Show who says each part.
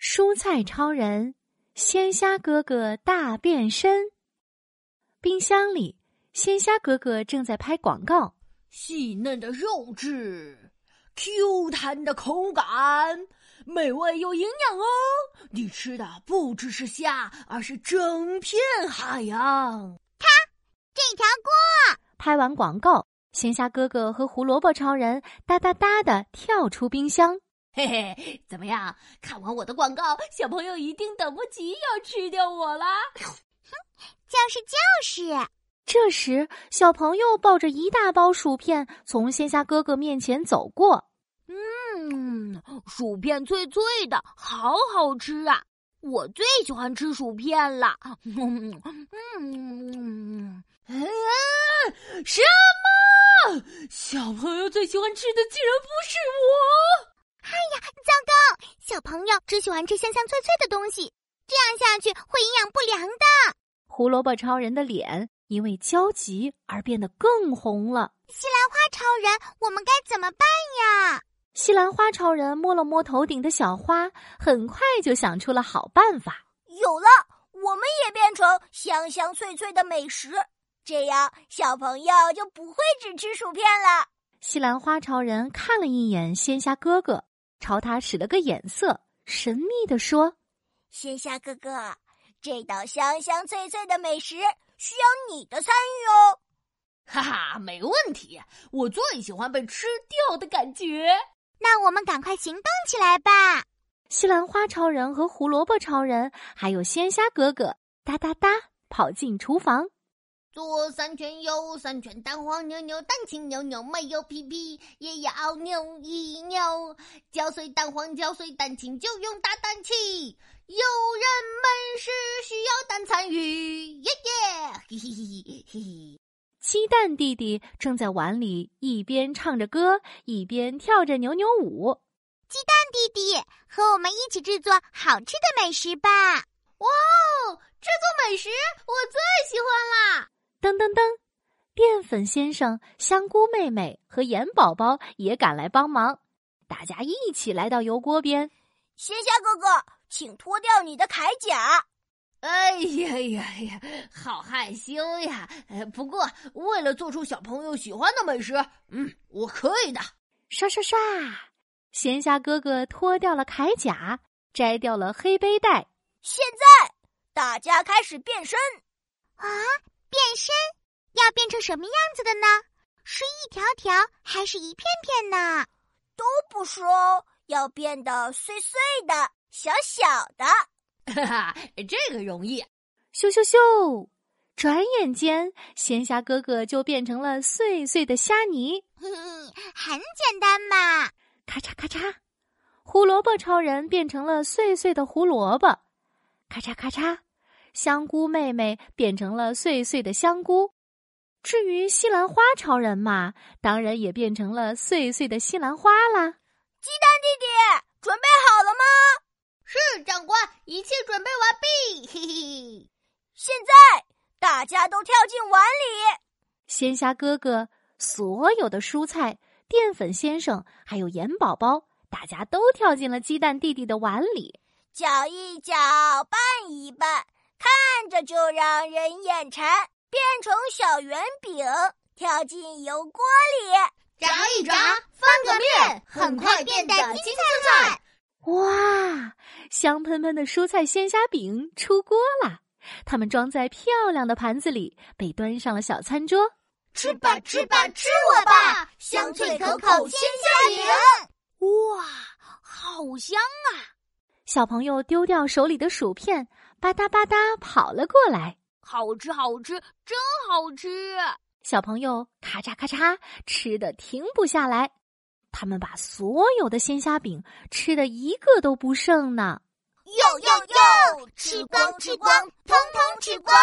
Speaker 1: 蔬菜超人、鲜虾哥哥大变身。冰箱里，鲜虾哥哥正在拍广告。
Speaker 2: 细嫩的肉质，Q 弹的口感，美味又营养哦！你吃的不只是虾，而是整片海洋。
Speaker 3: 这条锅
Speaker 1: 拍完广告，鲜虾哥哥和胡萝卜超人哒哒哒的跳出冰箱。
Speaker 2: 嘿嘿，怎么样？看完我的广告，小朋友一定等不及要吃掉我啦！
Speaker 3: 就是就是，啊
Speaker 1: 这时，小朋友抱着一大包薯片从鲜虾哥哥面前走过。
Speaker 4: 嗯，薯片脆脆的，好好吃啊！我最喜欢吃薯片了。嗯嗯，
Speaker 2: 什么？小朋友最喜欢吃的竟然不是我！
Speaker 3: 小朋友只喜欢吃香香脆脆的东西，这样下去会营养不良的。
Speaker 1: 胡萝卜超人的脸因为焦急而变得更红了。
Speaker 3: 花啊超人，我们该怎么办呀？
Speaker 1: 西兰花超人摸了摸头顶的小花，很快就想出了好办法。
Speaker 5: 有了，我们也变成香香脆脆的美食，这样小朋友就不会只吃薯片了。
Speaker 1: 西兰花超人看了一眼鲜虾哥哥，朝他使了个眼色，神秘地说
Speaker 5: 鲜虾哥哥，这道香香脆脆的美食需要你的参与哦。
Speaker 2: 哈哈，没问题，我最喜欢被吃掉的感觉。
Speaker 3: 那我们赶快行动起来吧！：“
Speaker 1: 西兰花超人和胡萝卜超人，还有鲜虾哥哥，哒哒哒跑进厨房。
Speaker 4: 左三圈，右三圈，蛋黄牛牛，蛋清牛牛，没有皮皮也要牛一牛。搅碎蛋黄，搅碎蛋清，就用打蛋器。有人们是需要蛋参与，耶耶，嘿嘿嘿嘿嘿。
Speaker 1: 鸡蛋弟弟正在碗里一边唱着歌，一边跳着扭扭舞。
Speaker 3: 弟弟，和我们一起制作好吃的美食吧！
Speaker 4: 哦，制作美食我最喜欢啦！
Speaker 1: 噔噔噔，淀粉先生、香菇妹妹和盐宝宝也赶来帮忙。大家一起来到油锅边，
Speaker 5: 鲜虾哥哥，请脱掉你的铠甲。
Speaker 2: 哎呀呀呀，好害羞呀！呃，不过为了做出小朋友喜欢的美食，嗯，我可 以的。
Speaker 1: 刷刷刷！闲暇哥哥脱掉了铠甲，摘掉了黑背带，
Speaker 5: 现在大家开始变身，
Speaker 3: 啊，变身要变成什么样子的呢？是一条条还是一片片呢？
Speaker 5: 都不说哦，要变得碎碎的、小小的。
Speaker 2: 哈哈，这个容易。
Speaker 1: 咻咻咻！转眼间，闲暇哥哥就变成了碎碎的虾泥。
Speaker 3: 嘿嘿， 很简单嘛！
Speaker 1: 咔嚓咔嚓，胡萝卜超人变成了碎碎的胡萝卜，咔嚓咔嚓，香菇妹妹变成了碎碎的香菇。至于西兰花超人嘛，当然也变成了碎碎的西兰花啦。
Speaker 5: 弟弟，准备好了吗？
Speaker 4: 是长官，一切准备完毕，嘿嘿。
Speaker 5: 现在大家都跳进碗里，
Speaker 1: 鲜虾哥哥、所有的蔬菜、淀粉先生还有盐宝宝，大家都跳进了鸡蛋弟弟的碗里。
Speaker 5: 搅一搅，拌一拌，看着就让人眼馋。变成小圆饼，跳进油锅里。
Speaker 4: 炸一炸，翻个面，很快变得金灿灿。
Speaker 1: 哇，香喷喷的蔬菜鲜虾饼出锅啦！它们装在漂亮的盘子里，被端上了小餐桌。
Speaker 4: 吃
Speaker 5: 吧吃吧吃我吧香脆可口鲜
Speaker 4: 虾饼。哇，好香！
Speaker 1: 小朋友丢掉手里的薯片，吧嗒吧嗒跑了过来。
Speaker 4: 好吃好吃，真好吃！
Speaker 1: 小朋友咔嚓咔嚓吃的停不下来，他们把所有的鲜虾饼吃的一个都不剩呢。
Speaker 3: 哟哟哟，
Speaker 5: 吃光吃光
Speaker 3: 通通吃光！